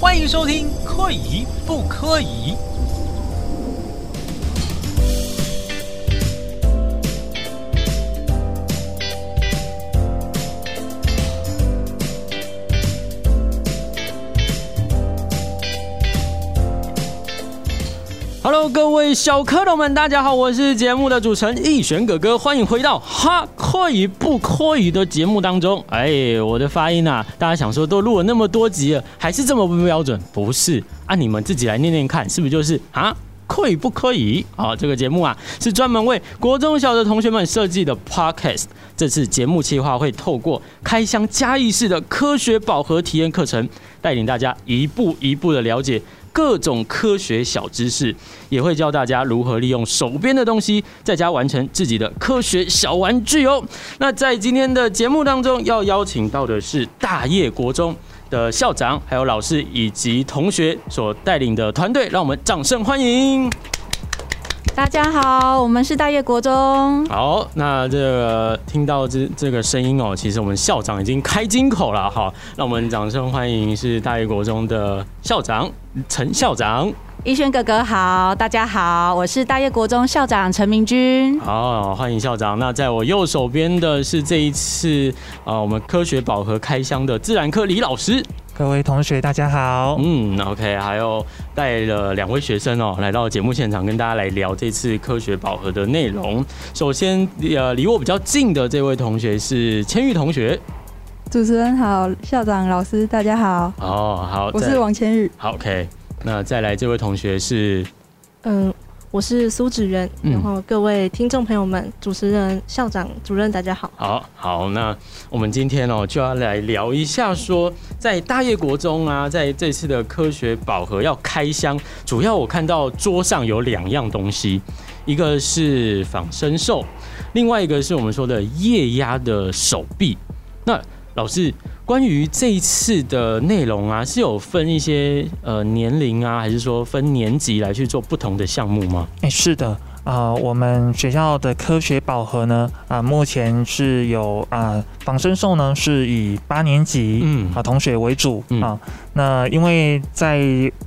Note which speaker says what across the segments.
Speaker 1: 欢迎收听《科疑不科疑》。Hello，各位小蝌蚪们，大家好，我是节目的主持人逸璇哥哥，欢迎回到哈科语不科语的节目当中。哎，我的发音啊，大家想说都录了那么多集了，还是这么不标准？不是，按、你们自己来念念看，是不是就是啊？可以不可以？好，这个节目啊是专门为国中小的同学们设计的 podcast。这次节目计划会透过开箱嘉义市的科学饱和体验课程，带领大家一步一步的了解各种科学小知识，也会教大家如何利用手边的东西，在家完成自己的科学小玩具哦。那在今天的节目当中，要邀请到的是大业国中的校长、还有老师以及同学所带领的团队，让我们掌声欢迎。
Speaker 2: 大家好，我们是大业国中。
Speaker 1: 好，那这个听到这这个声音哦，其实我们校长已经开金口了哈，让我们掌声欢迎是大业国中的校长陈校长。
Speaker 2: 逸轩哥哥好，大家好，我是大业国中校长陈明君。
Speaker 1: 好，欢迎校长。那在我右手边的是这一次啊、呃我们科学饱和开箱的自然科李老师。
Speaker 3: 各位同学，大家好。
Speaker 1: 嗯，OK，还有带了两位学生哦，来到节目现场跟大家来聊这次科学饱和的内容。首先，呃，离我比较近的这位同学是千玉同学。
Speaker 4: 主持人好，校长老师大家好，
Speaker 1: 哦，好，
Speaker 4: 我
Speaker 1: 再
Speaker 4: 是王千玉。
Speaker 1: 好，OK。那再来这位同学是，
Speaker 5: 嗯，我是苏芷媛，
Speaker 1: 嗯
Speaker 5: 然后各位听众朋友们、主持人、校长、主任，大家好。
Speaker 1: 好好，那我们今天哦就要来聊一下说，在大业国中啊，在这次的科学饱和要开箱，主要我看到桌上有两样东西，一个是仿生兽，另外一个是我们说的液压的手臂。那老师，关于这一次的内容啊，是有分一些呃年龄啊，还是说分年级来去做不同的项目吗？
Speaker 3: 哎、是的，啊、我们学校的科学饱和呢，啊、目前是有啊、仿生兽呢是以八年级。
Speaker 1: 嗯
Speaker 3: 啊，同学为主
Speaker 1: 嗯
Speaker 3: 啊。那因为在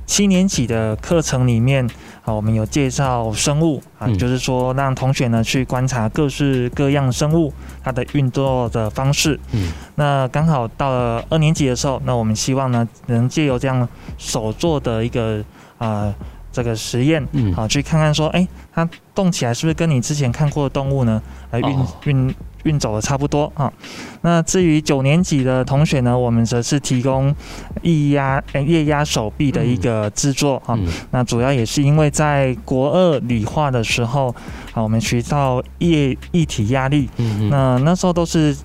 Speaker 3: 七年级的课程里面啊，我们有介绍生物啊，
Speaker 1: 嗯
Speaker 3: 就是说让同学呢去观察各式各样生物它的运作的方式。
Speaker 1: 嗯，
Speaker 3: 那刚好到了二年级的时候，那我们希望呢能借由这样手做的一个啊、这个实验。
Speaker 1: 嗯
Speaker 3: 好，去看看说，哎、它动起来是不是跟你之前看过的动物呢，呃，运
Speaker 1: 哦
Speaker 3: 运运走的差不多啊？那至于九年级的同学呢，我们则是提供液压、呃液压手臂的一个制作啊。
Speaker 1: 嗯
Speaker 3: 那主要也是因为在国二理化的时候啊，我们学到液液体压力，
Speaker 1: 嗯嗯
Speaker 3: 那那时候都是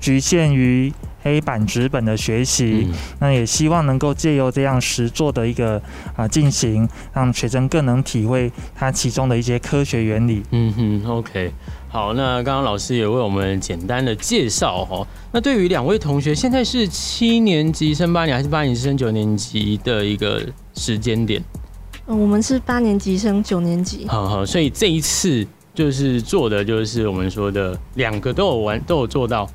Speaker 3: 局限于黑板纸本的学习。
Speaker 1: 嗯
Speaker 3: 那也希望能够借由这样实作的一个啊进行，让学生更能体会它其中的一些科学原理。
Speaker 1: 嗯哼，OK，好，那刚刚老师也为我们简单的介绍哦。那对于两位同学，现在是七年级升八年还是八年级升九年级的一个时间点？
Speaker 5: 嗯，我们是八年级升九年级，
Speaker 1: 好好，所以这一次就是做的就是我们说的两个都有玩，都有做到。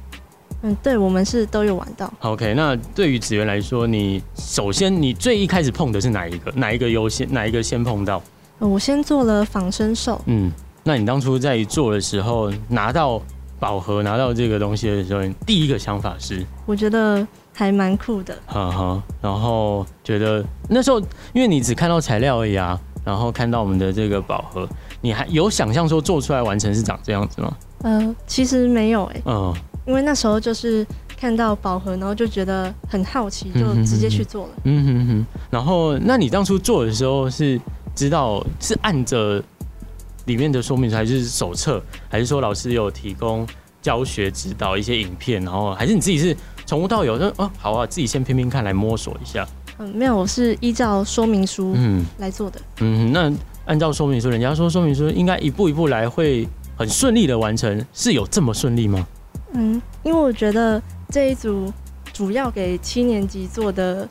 Speaker 5: 嗯，对，我们是都有玩到。
Speaker 1: OK，那对于子源来说，你首先你最一开始碰的是哪一个？哪一个优先？哪一个先碰到？
Speaker 5: 嗯我先做了仿生兽，
Speaker 1: 嗯，那你当初在做的时候，拿到宝盒，拿到这个东西的时候，你第一个想法是？
Speaker 5: 我觉得还蛮酷的。
Speaker 1: 哈哈，嗯然后觉得那时候，因为你只看到材料而已啊，然后看到我们的这个宝盒，你还有想象说做出来完成是长这样子吗？
Speaker 5: 呃，其实没有哎、
Speaker 1: 嗯，
Speaker 5: 因为那时候就是看到宝盒，然后就觉得很好奇，
Speaker 1: 嗯
Speaker 5: 就
Speaker 1: 哼哼
Speaker 5: 直接
Speaker 1: 哼
Speaker 5: 去做了。
Speaker 1: 嗯哼哼，然后那你当初做的时候是知道是按着里面的说明书，还是手册，还是说老师有提供教学指导一些影片，然后还是你自己是从无到有，那哦好啊，自己先拼拼看来摸索一下。
Speaker 5: 嗯，没有，我是依照说明书
Speaker 1: 嗯
Speaker 5: 来做的。
Speaker 1: 嗯，那按照说明书，人家说说明书应该一步一步来会很顺利的完成，是有这么顺利吗？
Speaker 5: 嗯，因为我觉得这一组主要给七年级做的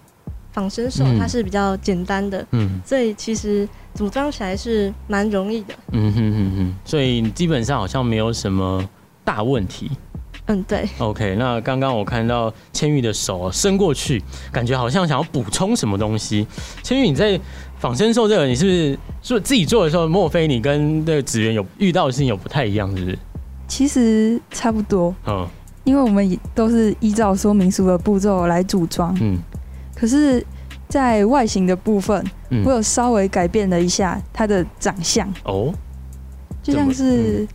Speaker 5: 仿生手，
Speaker 1: 嗯
Speaker 5: 它是比较简单的，
Speaker 1: 嗯
Speaker 5: 所以其实组装起来是蛮容易的。
Speaker 1: 嗯哼哼哼，所以基本上好像没有什么大问题。
Speaker 5: 嗯，对，
Speaker 1: OK，那刚刚我看到千玉的手哦伸过去，感觉好像想要补充什么东西。千玉，你在仿生兽这个，你是不是做自己做的时候，莫非你跟那个职员有遇到的事情有不太一样，是不是？
Speaker 4: 其实差不多，
Speaker 1: 嗯
Speaker 4: 因为我们也都是依照说明书的步骤来组装，
Speaker 1: 嗯
Speaker 4: 可是，在外形的部分，
Speaker 1: 嗯
Speaker 4: 我有稍微改变了一下它的长相，
Speaker 1: 哦，
Speaker 4: 就像是，
Speaker 1: 嗯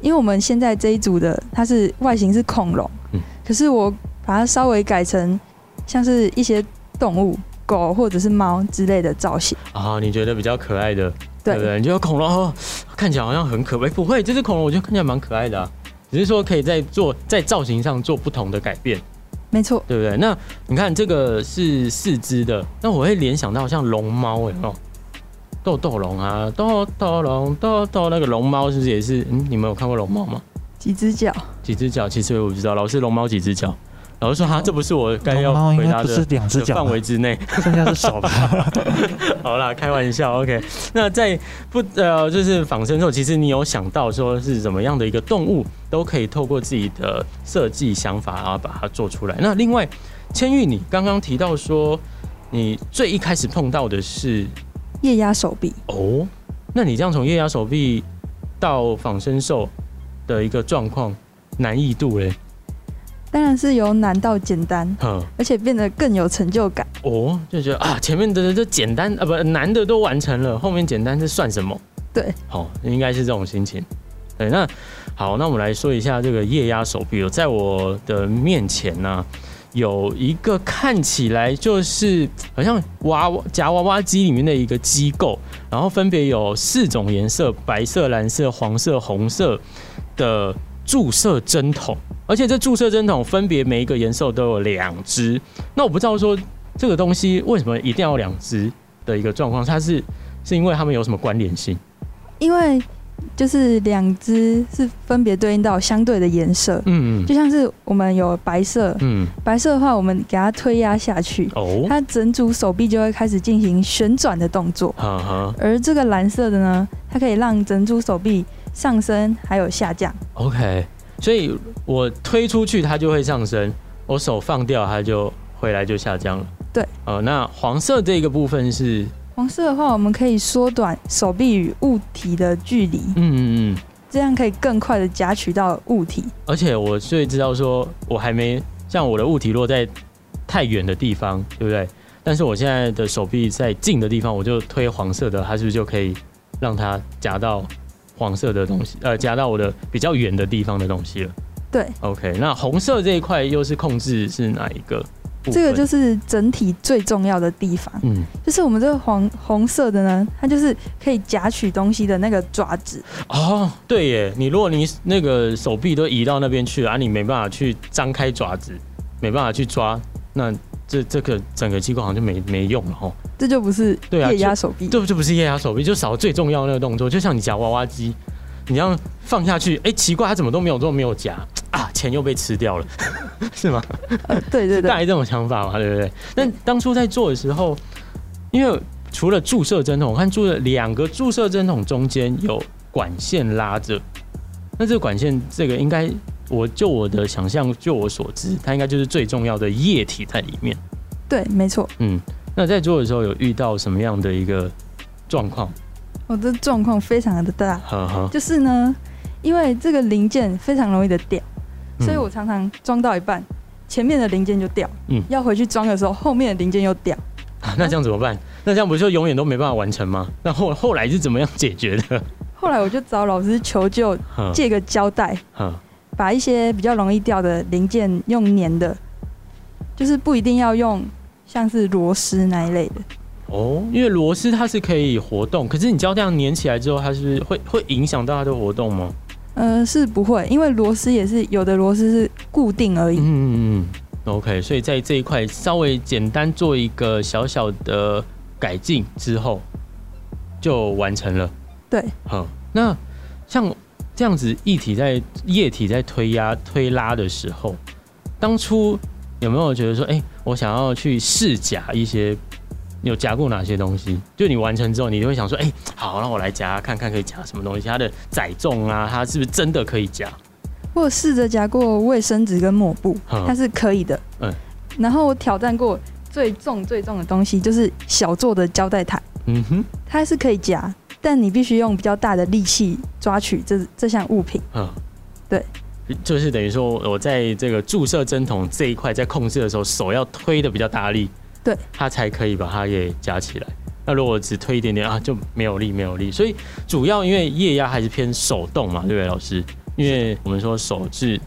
Speaker 4: 因为我们现在这一组的它是外形是恐龙，
Speaker 1: 嗯
Speaker 4: 可是我把它稍微改成像是一些动物，狗或者是猫之类的造型，
Speaker 1: 啊，你觉得比较可爱的，对不
Speaker 4: 对，
Speaker 1: 对？你觉得恐龙哦，看起来好像很可爱，不会，这只恐龙我觉得看起来蛮可爱的、啊，只是说可以在做在造型上做不同的改变。
Speaker 4: 没错，
Speaker 1: 对不对？那你看这个是四肢的，那我会联想到像龙猫哎哦，豆豆龙啊，豆豆龙，豆豆那个龙猫是不是也是？嗯，你们有看过龙猫吗？
Speaker 4: 几只脚，
Speaker 1: 几只脚？其实我不知道，老师龙猫几只脚？老师说哈，这不是我该要
Speaker 3: 哦龙猫应
Speaker 1: 回
Speaker 3: 该
Speaker 1: 答
Speaker 3: 不是
Speaker 1: 的。
Speaker 3: 两只
Speaker 1: 的
Speaker 3: 脚
Speaker 1: 范
Speaker 3: 吧，
Speaker 1: 围之内，
Speaker 3: 剩下是手 吧？
Speaker 1: 好啦，开玩笑，OK。那在不呃，就是仿生兽，其实你有想到说是怎么样的一个动物，都可以透过自己的设计想法，然后把它做出来。那另外，千玉，你刚刚提到说，你最一开始碰到的是
Speaker 4: 液压手臂。
Speaker 1: 哦，那你这样从液压手臂到仿生兽的一个状况难易度嘞，
Speaker 4: 当然是由难到简单，
Speaker 1: 嗯，
Speaker 4: 而且变得更有成就感。
Speaker 1: 哦，就觉得啊，前面的这简单啊，不难的都完成了，后面简单这算什么？
Speaker 4: 对，
Speaker 1: 好、应该是这种心情。对，那好，那我们来说一下这个液压手臂哦，在我的面前呢、有一个看起来就是好像娃娃夹娃娃机里面的一个机构，然后分别有四种颜色：白色、蓝色、黄色、红色的注射针筒，而且这注射针筒分别每一个颜色都有两只。那我不知道说这个东西为什么一定要两只的一个状况，它是是因为它们有什么关联性？
Speaker 4: 因为就是两只是分别对应到相对的颜色，
Speaker 1: 嗯
Speaker 4: 就像是我们有白色，
Speaker 1: 嗯
Speaker 4: 白色的话我们给它推压下去，
Speaker 1: 哦，
Speaker 4: 它整组手臂就会开始进行旋转的动作。
Speaker 1: 哈哈
Speaker 4: 而这个蓝色的呢，它可以让整组手臂上升还有下降，
Speaker 1: ，OK，所以我推出去它就会上升，我手放掉它就回来就下降了。
Speaker 4: 对，
Speaker 1: 呃，那黄色这个部分是，
Speaker 4: 黄色的话，我们可以缩短手臂与物体的距离，
Speaker 1: 嗯嗯嗯，
Speaker 4: 这样可以更快的夹取到物体。
Speaker 1: 而且我最知道说，我还没像我的物体落在太远的地方，对不对？但是我现在的手臂在近的地方，我就推黄色的，它是不是就可以让它夹到黄色的东西？呃，夹到我的比较远的地方的东西了。
Speaker 4: 对
Speaker 1: ，OK，那红色这一块又是控制是哪一个部分？
Speaker 4: 这个就是整体最重要的地方，
Speaker 1: 嗯，
Speaker 4: 就是我们这个黄红色的呢，它就是可以夹取东西的那个爪子。
Speaker 1: 哦，对耶，你如果你那个手臂都移到那边去了，啊，你没办法去张开爪子，没办法去抓，那这这个整个机构好像就没没用了哦。
Speaker 4: 这就不是
Speaker 1: 对啊
Speaker 4: 液压手臂，
Speaker 1: 这不就不是液压手臂，就少最重要的那个动作，就像你夹娃娃机，你这样放下去，哎、奇怪，它怎么都没有做，没有夹啊，钱又被吃掉了， 是吗？
Speaker 4: 呃，对
Speaker 1: 大
Speaker 4: 对对，
Speaker 1: 概这种想法嘛，对不对？但当初在做的时候，因为除了注射针筒，我看注了两个注射针筒中间有管线拉着，那这个管线这个应该，我就我的想象，就我所知，它应该就是最重要的液体在里面。
Speaker 4: 对，没错。
Speaker 1: 嗯，那在做的时候有遇到什么样的一个状况？
Speaker 4: 我的哦状况非常的大，
Speaker 1: 呵呵，
Speaker 4: 就是呢，因为这个零件非常容易的掉，
Speaker 1: 嗯
Speaker 4: 所以我常常装到一半，前面的零件就掉，
Speaker 1: 嗯
Speaker 4: 要回去装的时候，后面的零件又掉。
Speaker 1: 啊 那这样怎么办？那这样不就永远都没办法完成吗？那后后来是怎么样解决的？
Speaker 4: 后来我就找老师求救，
Speaker 1: 嗯
Speaker 4: 借个胶带，
Speaker 1: 嗯
Speaker 4: 把一些比较容易掉的零件用粘的，就是不一定要用像是螺丝那一类的。
Speaker 1: 哦，因为螺丝它是可以活动，可是你胶带上粘起来之后，它是会会影响到它的活动吗？
Speaker 4: 呃，是不会，因为螺丝也是有的螺丝是固定而已。
Speaker 1: 嗯嗯嗯，OK，所以在这一块稍微简单做一个小小的改进之后，就完成了。
Speaker 4: 对，
Speaker 1: 好，那像这样子液体在液体在推压推拉的时候，当初有没有觉得说，哎、我想要去试夹一些？你有夹过哪些东西？就你完成之后，你就会想说，哎、好，那我来夹看看可以夹什么东西，它的载重啊，它是不是真的可以夹？
Speaker 4: 我有试着夹过卫生纸跟抹布，
Speaker 1: 嗯
Speaker 4: 它是可以的。
Speaker 1: 嗯
Speaker 4: 然后我挑战过最重最重的东西，就是小做的胶带台，
Speaker 1: 嗯哼，
Speaker 4: 它是可以夹，但你必须用比较大的力气抓取这这项物品。
Speaker 1: 嗯，
Speaker 4: 对，
Speaker 1: 就是等于说我在这个注射针筒这一块在控制的时候，手要推的比较大力，
Speaker 4: 对，
Speaker 1: 它才可以把它给夹起来。那如果只推一点点啊，就没有力，没有力。所以主要因为液压还是偏手动嘛，对不对，老师？因为我们说手是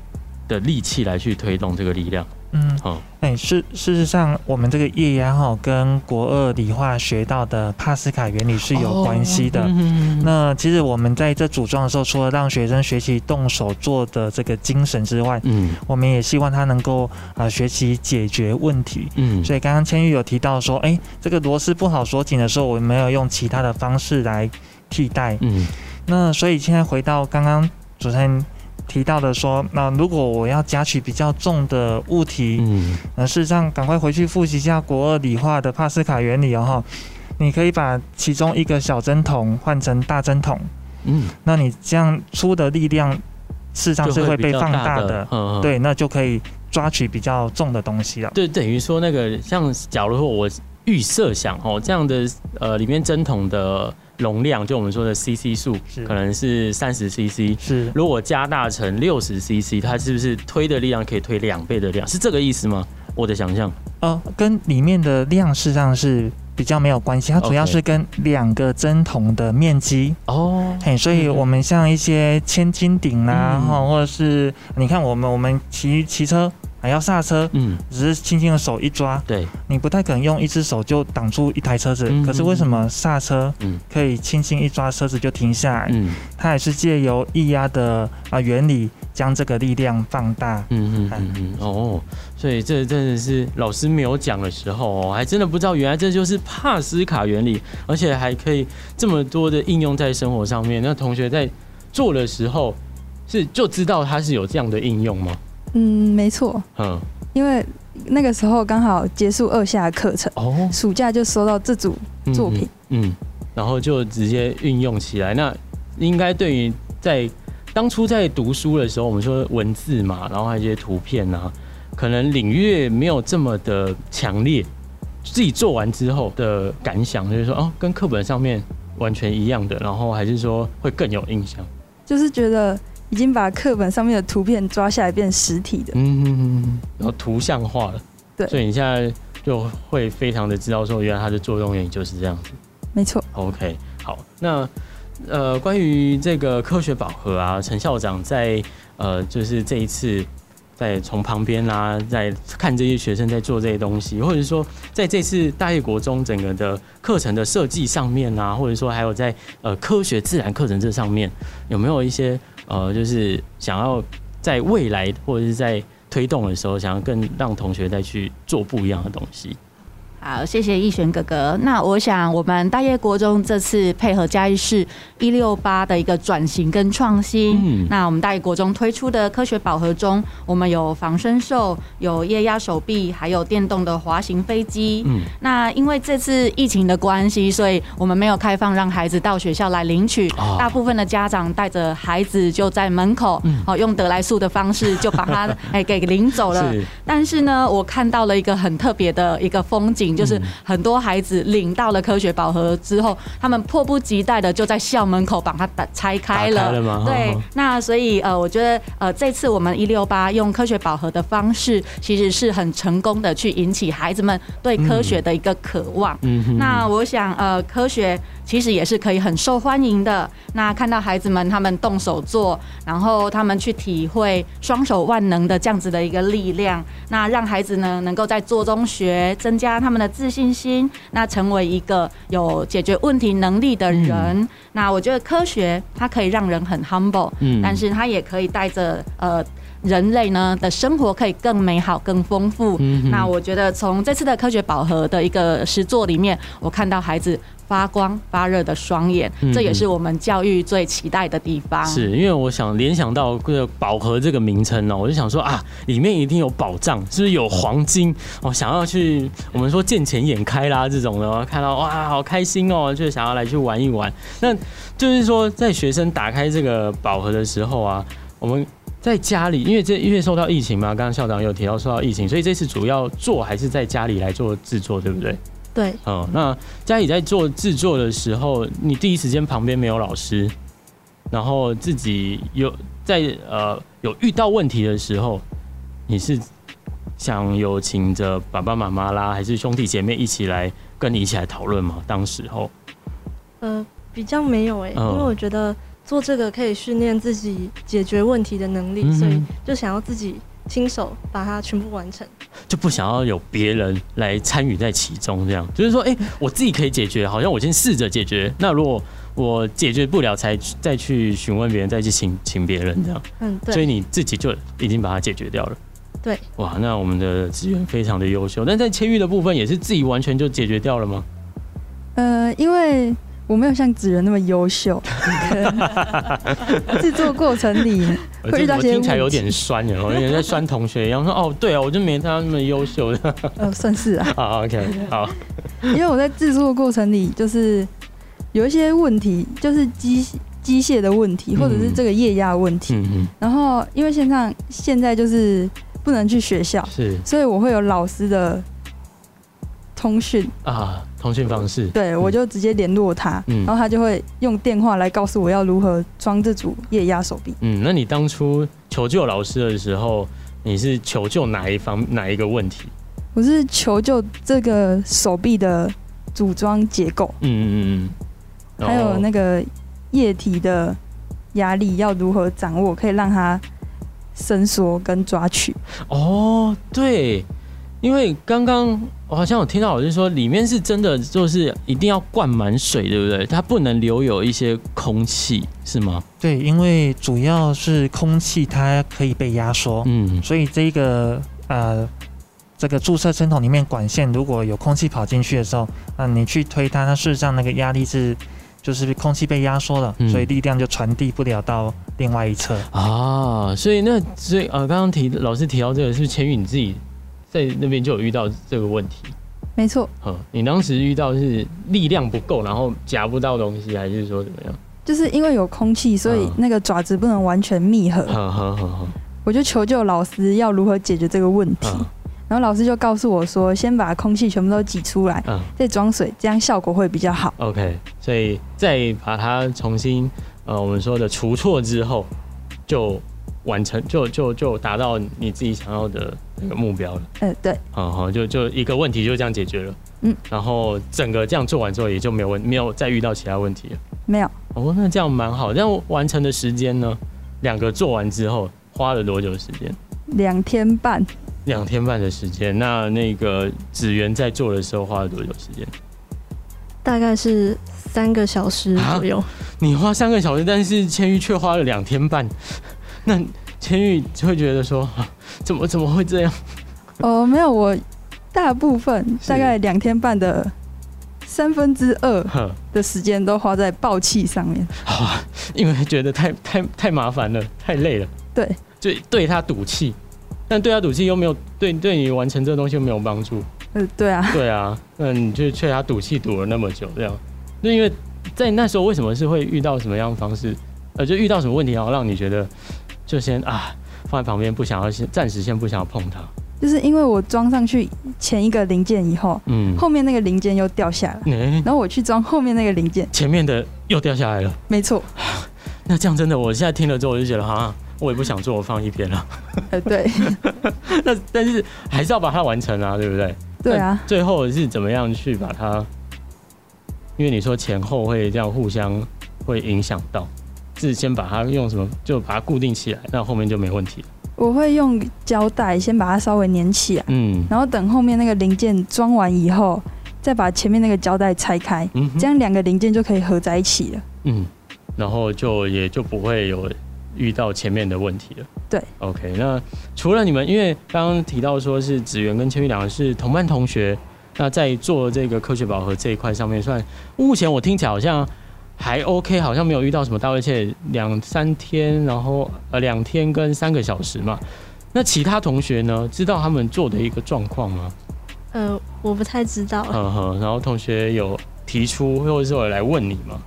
Speaker 1: 的力气来去推动这个力量。
Speaker 3: 嗯
Speaker 1: 好，
Speaker 3: 哎，事事实上，我们这个液压哈跟国二理化学到的帕斯卡原理是有关系的。
Speaker 1: 嗯
Speaker 3: 啊那其实我们在这组装的时候，除了让学生学习动手做的这个精神之外，
Speaker 1: 嗯
Speaker 3: 我们也希望他能够啊、呃学习解决问题。
Speaker 1: 嗯，
Speaker 3: 所以刚刚千玉有提到说，哎，这个螺丝不好锁紧的时候，我们要用其他的方式来替代。
Speaker 1: 嗯
Speaker 3: 那所以现在回到刚刚主持人提到的说，那如果我要夹取比较重的物体，
Speaker 1: 嗯
Speaker 3: 那事实上，赶快回去复习一下国二理化的帕斯卡原理哦哈。你可以把其中一个小针筒换成大针筒，
Speaker 1: 嗯，
Speaker 3: 那你这样出的力量事实上是会被放大
Speaker 1: 就会比较
Speaker 3: 的，
Speaker 1: 嗯嗯
Speaker 3: 对，那就可以抓取比较重的东西了。
Speaker 1: 对，等于说那个像，假如说我预设想哦，这样的呃，里面针筒的容量，就我们说的 CC 数，
Speaker 3: 是
Speaker 1: 可能是三十 CC。
Speaker 3: 是，
Speaker 1: 如果加大成六十 CC，它是不是推的力量可以推两倍的量？是这个意思吗？我的想象
Speaker 3: 呃，跟里面的量事实上是比较没有关系，它主要
Speaker 1: OK
Speaker 3: 是跟两个针筒的面积。
Speaker 1: 哦，
Speaker 3: 嘿，所以我们像一些千斤顶啦，
Speaker 1: 嗯
Speaker 3: 哈、或者是你看我们我们骑骑车还要刹车，
Speaker 1: 嗯，
Speaker 3: 只是轻轻的手一抓，
Speaker 1: 对，
Speaker 3: 你不太可能用一只手就挡住一台车子，
Speaker 1: 嗯
Speaker 3: 可是为什么刹车
Speaker 1: 嗯
Speaker 3: 可以轻轻一抓车子就停下来？
Speaker 1: 嗯
Speaker 3: 它也是借由液压的啊、呃原理将这个力量放大。
Speaker 1: 嗯嗯嗯嗯，哦，所以这真的是老师没有讲的时候、哦，还真的不知道原来这就是帕斯卡原理，而且还可以这么多的应用在生活上面。那同学在做的时候是就知道它是有这样的应用吗？
Speaker 4: 嗯，没错，
Speaker 1: 嗯，
Speaker 4: 因为那个时候刚好结束二下的课程，
Speaker 1: 哦，
Speaker 4: 暑假就收到这组作品。
Speaker 1: 嗯，嗯，然后就直接运用起来。那应该对于在当初在读书的时候，我们说文字嘛，然后还有一些图片啊，可能领域没有这么的强烈。自己做完之后的感想就是说，哦，跟课本上面完全一样的，然后还是说会更有印象。
Speaker 4: 就是觉得已经把课本上面的图片抓下来变实体的，
Speaker 1: 嗯，嗯，然后图像化了。
Speaker 4: 对
Speaker 1: 所以你现在就会非常的知道说，原来它的作用原理就是这样。
Speaker 4: 没错。
Speaker 1: OK，好，那呃，关于这个科学饱和啊，陈校长在呃，就是这一次在从旁边啊，在看这些学生在做这些东西，或者说在这次大业国中整个的课程的设计上面啊，或者说还有在呃科学自然课程这上面，有没有一些呃，就是想要在未来或者是在推动的时候，想要更让同学再去做不一样的东西？
Speaker 2: 好，谢谢逸璇哥哥。那我想，我们大业国中这次配合嘉义市一六八的一个转型跟创新，
Speaker 1: 嗯
Speaker 2: 那我们大业国中推出的科学饱和中，我们有防身兽，有液压手臂，还有电动的滑行飞机。
Speaker 1: 嗯，
Speaker 2: 那因为这次疫情的关系，所以我们没有开放让孩子到学校来领取。
Speaker 1: 哦
Speaker 2: 大部分的家长带着孩子就在门口，好、用得来速的方式就把他哎给领走了。
Speaker 1: 是，
Speaker 2: 但是呢，我看到了一个很特别的一个风景，就是很多孩子领到了科学宝盒之后，他们迫不及待的就在校门口把它打拆开
Speaker 1: 打
Speaker 2: 了。
Speaker 1: 开了吗
Speaker 2: 对
Speaker 1: 哦，
Speaker 2: 那所以呃，我觉得呃，这次我们一六八用科学宝盒的方式，其实是很成功的去引起孩子们对科学的一个渴望。
Speaker 1: 嗯哼
Speaker 2: 那我想，呃，科学其实也是可以很受欢迎的。那看到孩子们他们动手做，然后他们去体会双手万能的这样子的一个力量，那让孩子呢能够在做中学，增加他们的自信心，那成为一个有解决问题能力的人。那我觉得科学它可以让人很 humble，
Speaker 1: 嗯
Speaker 2: 但是它也可以带着呃人类呢的生活可以更美好、更丰富。
Speaker 1: 嗯哼
Speaker 2: 那我觉得从这次的科学饱和的一个实作里面，我看到孩子发光发热的双眼，
Speaker 1: 嗯
Speaker 2: 这也是我们教育最期待的地方。
Speaker 1: 是因为我想联想到这个宝盒这个名称呢、我就想说啊，里面一定有宝藏，是不是有黄金？我、想要去我们说见钱眼开啦这种的，我看到哇好开心哦，就想要来去玩一玩。那就是说，在学生打开这个宝盒的时候啊，我们在家里，因为这因为受到疫情嘛，刚刚校长有提到受到疫情，所以这次主要做还是在家里来做制作，对不对？
Speaker 5: 对，
Speaker 1: 嗯，那家里在做制作的时候，你第一时间旁边没有老师，然后自己有在呃有遇到问题的时候，你是想有请着爸爸妈妈啦，还是兄弟姐妹一起来跟你一起来讨论吗？当时候，
Speaker 5: 呃，比较没有哎、
Speaker 1: 嗯
Speaker 5: 因为我觉得做这个可以训练自己解决问题的能力，所以
Speaker 1: 嗯
Speaker 5: 就想要自己亲手把它全部完成。
Speaker 1: 就不想要有别人来参与在其中，这样就是说，哎、我自己可以解决，好像我先试着解决。那如果我解决不了，才去再去询问别人，再去请请别人这样。
Speaker 5: 嗯，
Speaker 1: 所以
Speaker 5: 对，
Speaker 1: 你自己就已经把它解决掉了。
Speaker 5: 对，
Speaker 1: 哇，那我们的资源非常的优秀，但在签约的部分也是自己完全就解决掉了吗？
Speaker 4: 呃，因为我没有像子人那么优秀， 可能制作过程里会遇到
Speaker 1: 我
Speaker 4: 一些
Speaker 1: 听起来有
Speaker 4: 问题
Speaker 1: 点酸，然后有点在酸同学一样说，哦，对啊，我就没他那么优秀 的。
Speaker 4: 呃算是啊，
Speaker 1: 好，OK，好，
Speaker 4: 因为我在制作过程里就是有一些问题，就是机机械的问题，或者是
Speaker 1: 嗯
Speaker 4: 这个液压的问题。
Speaker 1: 嗯
Speaker 4: 然后因为线上现在就是不能去学校
Speaker 1: 嗯，，是
Speaker 4: 所以我会有老师的通讯，
Speaker 1: 啊，通讯方式，
Speaker 4: 对我就直接联络他，
Speaker 1: 嗯
Speaker 4: 然后他就会用电话来告诉我要如何装这组液压手臂。
Speaker 1: 嗯，那你当初求救老师的时候，你是求救哪一方哪一个问题？
Speaker 4: 我是求救这个手臂的组装结构，
Speaker 1: 嗯嗯嗯嗯，
Speaker 4: 还有那
Speaker 1: 个
Speaker 4: 个液体的压力要如何掌握，可以让它伸缩跟抓取。
Speaker 1: 哦，对，因为刚刚我好像有听到老师说，里面是真的就是一定要灌满水，对不对？它不能留有一些空气，是吗？
Speaker 3: 对，因为主要是空气它可以被压缩，
Speaker 1: 嗯
Speaker 3: 所以这个呃，这个注射针筒里面管线如果有空气跑进去的时候，那、你去推它，它事实上那个压力是就是空气被压缩了，
Speaker 1: 嗯
Speaker 3: 所以力量就传递不了到另外一侧。
Speaker 1: 啊，所以那所以呃，刚刚提老师提到这个，是不是千羽你自己在那边就有遇到这个问题？
Speaker 4: 没错，
Speaker 1: 嗯，你当时遇到是力量不够，然后夹不到东西，还是说怎么样？
Speaker 4: 就是因为有空气，所以
Speaker 1: 嗯
Speaker 4: 那个爪子不能完全密合。
Speaker 1: 好好好好，
Speaker 4: 我就求救老师要如何解决这个问题，
Speaker 1: 嗯
Speaker 4: 然后老师就告诉我说，先把空气全部都挤出来，
Speaker 1: 嗯
Speaker 4: 再装水，这样效果会比较好。
Speaker 1: ，OK，所以再把它重新呃我们说的除错之后，就完成，就就就达到你自己想要的那个目标了。
Speaker 4: 呃，对，
Speaker 1: 好好，就就一个问题就这样解决了。
Speaker 4: 嗯，
Speaker 1: 然后整个这样做完之后，也就没有问，没有再遇到其他问题了。
Speaker 4: 没有，
Speaker 1: 哦，那这样蛮好。但完成的时间呢？两个做完之后花了多久时间？
Speaker 4: 两天半，
Speaker 1: 两天半的时间。那那个子源在做的时候花了多久时间？
Speaker 5: 大概是三个小时
Speaker 1: 啊
Speaker 5: 左右。
Speaker 1: 你花三个小时，但是千玉却花了两天半。 那千玉就会觉得说，啊怎么怎么会这样？
Speaker 4: 哦，没有，我大部分
Speaker 1: 是
Speaker 4: 大概两天半的三分之二
Speaker 1: 呵
Speaker 4: 的时间都花在爆气上面。
Speaker 1: 好啊，因为觉得太太太麻烦了，太累了。
Speaker 4: 对，
Speaker 1: 就对他赌气，但对他赌气又没有对对你完成这个东西又没有帮助。
Speaker 4: 呃，对啊，
Speaker 1: 对啊，那你就劝他赌气赌了那么久，这样，那因为在那时候为什么是会遇到什么样的方式，呃，就遇到什么问题，然后让你觉得就先啊放在旁边，不想要先暂时先不想要碰它，
Speaker 4: 就是因为我装上去前一个零件以后，
Speaker 1: 嗯，
Speaker 4: 后面那个零件又掉下来，
Speaker 1: 诶
Speaker 4: 然后我去装后面那个零件，
Speaker 1: 前面的又掉下来了，
Speaker 4: 没错，
Speaker 1: 那这样真的，我现在听了之后我就觉得啊，我也不想做，我放一边了，
Speaker 4: 呃，对，
Speaker 1: 那但是还是要把它完成啊，对不对？
Speaker 4: 对啊，
Speaker 1: 那最后是怎么样去把它？因为你说前后会这样互相会影响到，是先把它用什么就把它固定起来，那后面就没问题了。
Speaker 4: 我会用胶带先把它稍微粘起来，
Speaker 1: 嗯
Speaker 4: 然后等后面那个零件装完以后，再把前面那个胶带拆开，
Speaker 1: 嗯哼，
Speaker 4: 这样两个零件就可以合在一起了。
Speaker 1: 嗯，然后就也就不会有遇到前面的问题了。
Speaker 4: 对
Speaker 1: ，OK，那除了你们，因为刚刚提到说是子源跟千玉两个是同班同学，那在做这个科学饱和这一块上面算，目前我听起来好像还 OK，好像没有遇到什么大问题，而且两三天，然后呃两天跟三个小时嘛。那其他同学呢？知道他们做的一个状况吗？呃
Speaker 5: 呃，
Speaker 1: 哦
Speaker 5: 我不太知道，
Speaker 1: 嗯嗯哼，然后同学有提出，或者是有来问你吗？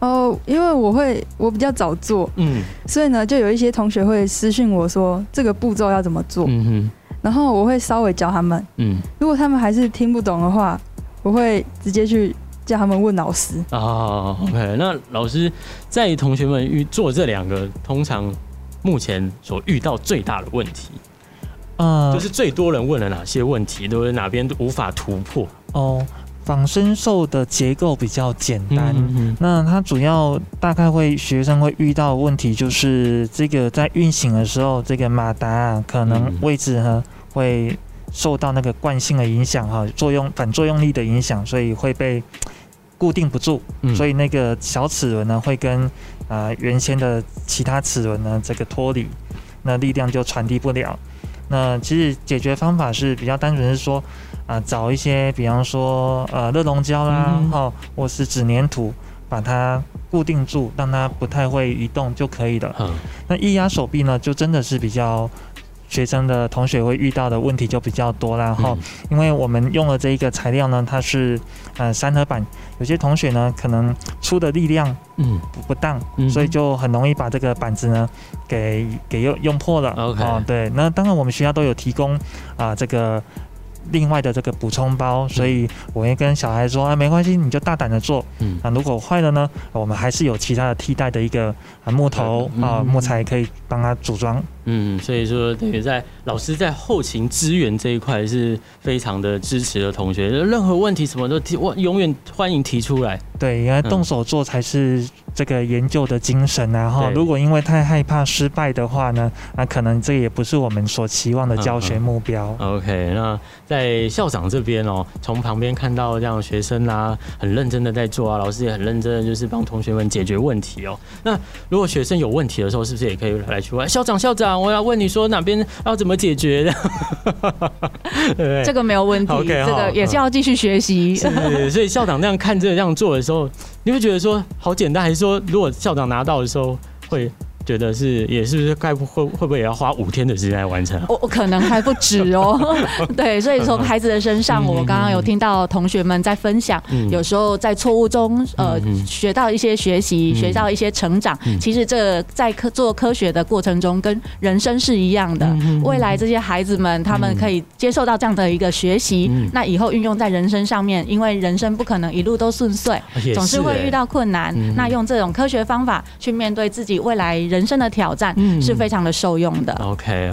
Speaker 4: 哦，因为我会我比较早做，
Speaker 1: 嗯
Speaker 4: 所以呢，就有一些同学会私讯我说这个步骤要怎么做，
Speaker 1: 嗯哼
Speaker 4: 然后我会稍微教他们。
Speaker 1: 嗯
Speaker 4: 如果他们还是听不懂的话，我会直接去叫他们问老师。
Speaker 1: 啊，OK。那老师在同学们遇做这两个，通常目前所遇到最大的问题，
Speaker 3: 呃，
Speaker 1: 就是最多人问了哪些问题，都是哪边无法突破。
Speaker 3: 哦，仿生兽的结构比较简单。
Speaker 1: 嗯
Speaker 3: 那它主要大概会学生会遇到的问题就是这个在运行的时候，这个马达、啊、可能
Speaker 1: 嗯
Speaker 3: 位置呢会受到那个惯性的影响哈，作用反作用力的影响，所以会被固定不住，
Speaker 1: 嗯
Speaker 3: 所
Speaker 1: 以
Speaker 3: 以那个小齿轮呢会跟呃原先的其他齿轮呢这个脱离，那力量就传递不了。那其实解决方法是比较单纯，是说啊、找一些比方说呃热熔胶啦
Speaker 1: 嗯，
Speaker 3: 哦、或是纸粘土，把它固定住，让它不太会移动就可以了。
Speaker 1: 嗯
Speaker 3: 那一压手臂呢，就真的是比较学生的同学会遇到的问题就比较多啦。
Speaker 1: 嗯
Speaker 3: 哈、因为我们用了这一个材料呢，它是呃三合板，有些同学呢可能出的力量
Speaker 1: 嗯
Speaker 3: 不不当，
Speaker 1: 嗯
Speaker 3: 所以就很容易把这个板子呢给给用用破了。哦
Speaker 1: OK
Speaker 3: 对，那当然我们学校都有提供啊、这个。另外的这个补充包，所以我会跟小孩说啊，没关系，你就大胆的做，
Speaker 1: 嗯
Speaker 3: 啊，如果坏了呢，我们还是有其他的替代的一个啊木头
Speaker 1: 嗯
Speaker 3: 啊木材可以帮它组装。
Speaker 1: 嗯，所以说等于在老师在后勤支援这一块是非常的支持的同学，任何问题什么都提，我永远欢迎提出来。
Speaker 3: 对，因为
Speaker 1: 嗯
Speaker 3: 动手做才是这个研究的精神啊哈。
Speaker 1: 对
Speaker 3: 如果因为太害怕失败的话呢，那可能这也不是我们所期望的
Speaker 1: 嗯
Speaker 3: 教学目标。
Speaker 1: OK，那在校长这边哦，从旁边看到这样的学生啊，很认真的在做啊，老师也很认真的就是帮同学们解决问题哦。那如果学生有问题的时候，是不是也可以来去问校长？校长，我要问你说哪边要怎么解决的？对不对
Speaker 2: 这个没有问 题
Speaker 1: OK，
Speaker 2: 这
Speaker 1: 好
Speaker 2: 个也是要继续学习。
Speaker 1: 是，所以校长那样看这个这样做的时候，你会觉得说好简单，还是说如果校长拿到的时候会觉得是也是不是该不会会不会也要花五天的时间来完成啊？
Speaker 2: 我我可能还不止哦， 对，所以从孩子的身上，我刚刚有听到同学们在分享，
Speaker 1: 嗯
Speaker 2: 有时候在错误中，呃
Speaker 1: 嗯嗯，
Speaker 2: 学到一些学习，
Speaker 1: 嗯
Speaker 2: 学到一些成长
Speaker 1: 嗯。
Speaker 2: 其实这在科做科学的过程中，跟人生是
Speaker 1: 嗯
Speaker 2: 一样的。未来这些孩子们，他们可以接受到这样的一个学习
Speaker 1: 嗯，
Speaker 2: 那以后运用在人生上面，因为人生不可能一路都顺遂，
Speaker 1: 也
Speaker 2: 总是会
Speaker 1: 欸
Speaker 2: 遇到困难
Speaker 1: 嗯。
Speaker 2: 那用这种科学方法去面对自己未来人生的挑战
Speaker 1: 嗯，
Speaker 2: 是非常的受用的。
Speaker 1: OK。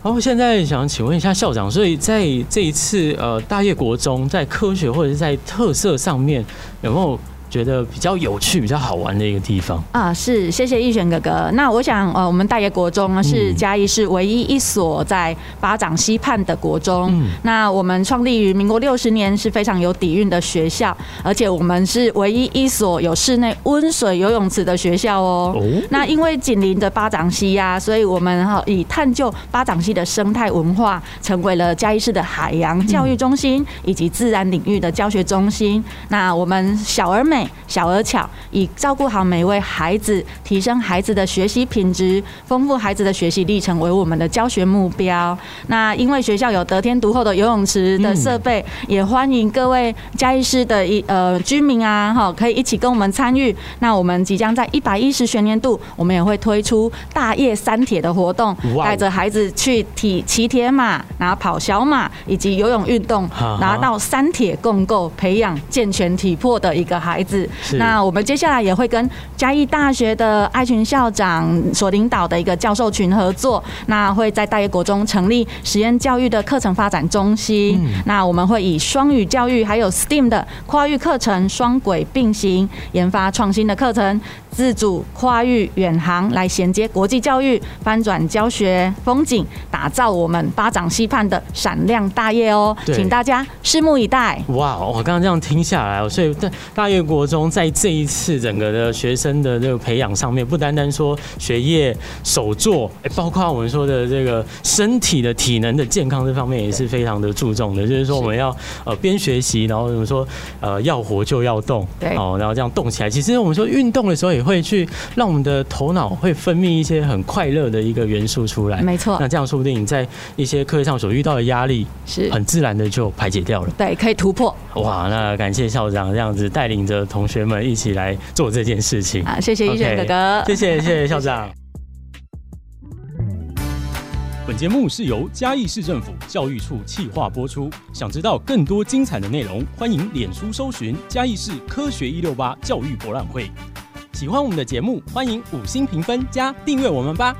Speaker 1: 好，哦我现在想请问一下校长，所以在这一次呃大业国中，在科学或者是在特色上面，有没有觉得比较有趣、比较好玩的一个地方？
Speaker 2: 啊，是，谢谢逸璇哥哥。那我想，呃，我们大业国中呢是
Speaker 1: 嗯
Speaker 2: 嘉义市唯一一所在巴掌溪畔的国中。
Speaker 1: 嗯
Speaker 2: 那我们创立于民国六十年，是非常有底蕴的学校，而且我们是唯一一所有室内温水游泳池的学校哦。
Speaker 1: 哦，
Speaker 2: 那因为紧邻着巴掌溪呀、所以我们哈以探究巴掌溪的生态文化，成为了嘉义市的海洋教育中心以及自然领域的教学中心。那我们小而美、小而巧，以照顾好每一位孩子，提升孩子的学习品质，丰富孩子的学习历程为我们的教学目标。那因为学校有得天独厚的游泳池的设备，
Speaker 1: 嗯
Speaker 2: 也欢迎各位嘉义市的一呃居民啊，哈，可以一起跟我们参与。那我们即将在一百一十学年度，我们也会推出大业三铁的活动
Speaker 1: 哇哦，
Speaker 2: 带着孩子去体骑铁马，然后跑小马以及游泳运动
Speaker 1: 啊哈哈，
Speaker 2: 拿到三铁共构，培养健全体魄的一个孩子。
Speaker 1: 是
Speaker 2: 那我们接下来也会跟嘉义大学的爱群校长所领导的一个教授群合作，那会在大业国中成立实验教育的课程发展中心。
Speaker 1: 嗯
Speaker 2: 那我们会以双语教育还有 STEAM 的跨域课程双轨并行，研发创新的课程，自主跨域远航来衔接国际教育，翻转教学风景，打造我们巴掌溪畔的闪亮大业哦！
Speaker 1: 对
Speaker 2: 请大家拭目以待。
Speaker 1: 哇，我刚刚这样听下来哦，所以在大业国中在这一次整个的学生的这个培养上面，不单单说学业、手作，哎包括我们说的这个身体的体能的健康这方面也是非常的注重的。就是说我们要呃边学习，然后我们说呃要活就要动，
Speaker 2: 对
Speaker 1: 哦，然后这样动起来。其实我们说运动的时候也会去让我们的头脑会分泌一些很快乐的一个元素出来。
Speaker 2: 没错
Speaker 1: 那，这样说不定你在一些课业上所遇到的压力，
Speaker 2: 是
Speaker 1: 呃很自然的就排解掉了。
Speaker 2: 对，可以突破。
Speaker 1: 哇，那感谢校长这样子带领着同学们一起来做这件事情。
Speaker 2: 啊，谢谢一选哥哥，
Speaker 1: 谢谢，谢谢校长。本节目是由嘉义市政府教育处企划播出。想知道更多精彩的内容，欢迎脸书搜寻嘉义市科学一六八教育博览会。喜欢我们的节目，欢迎五星评分加订阅我们吧。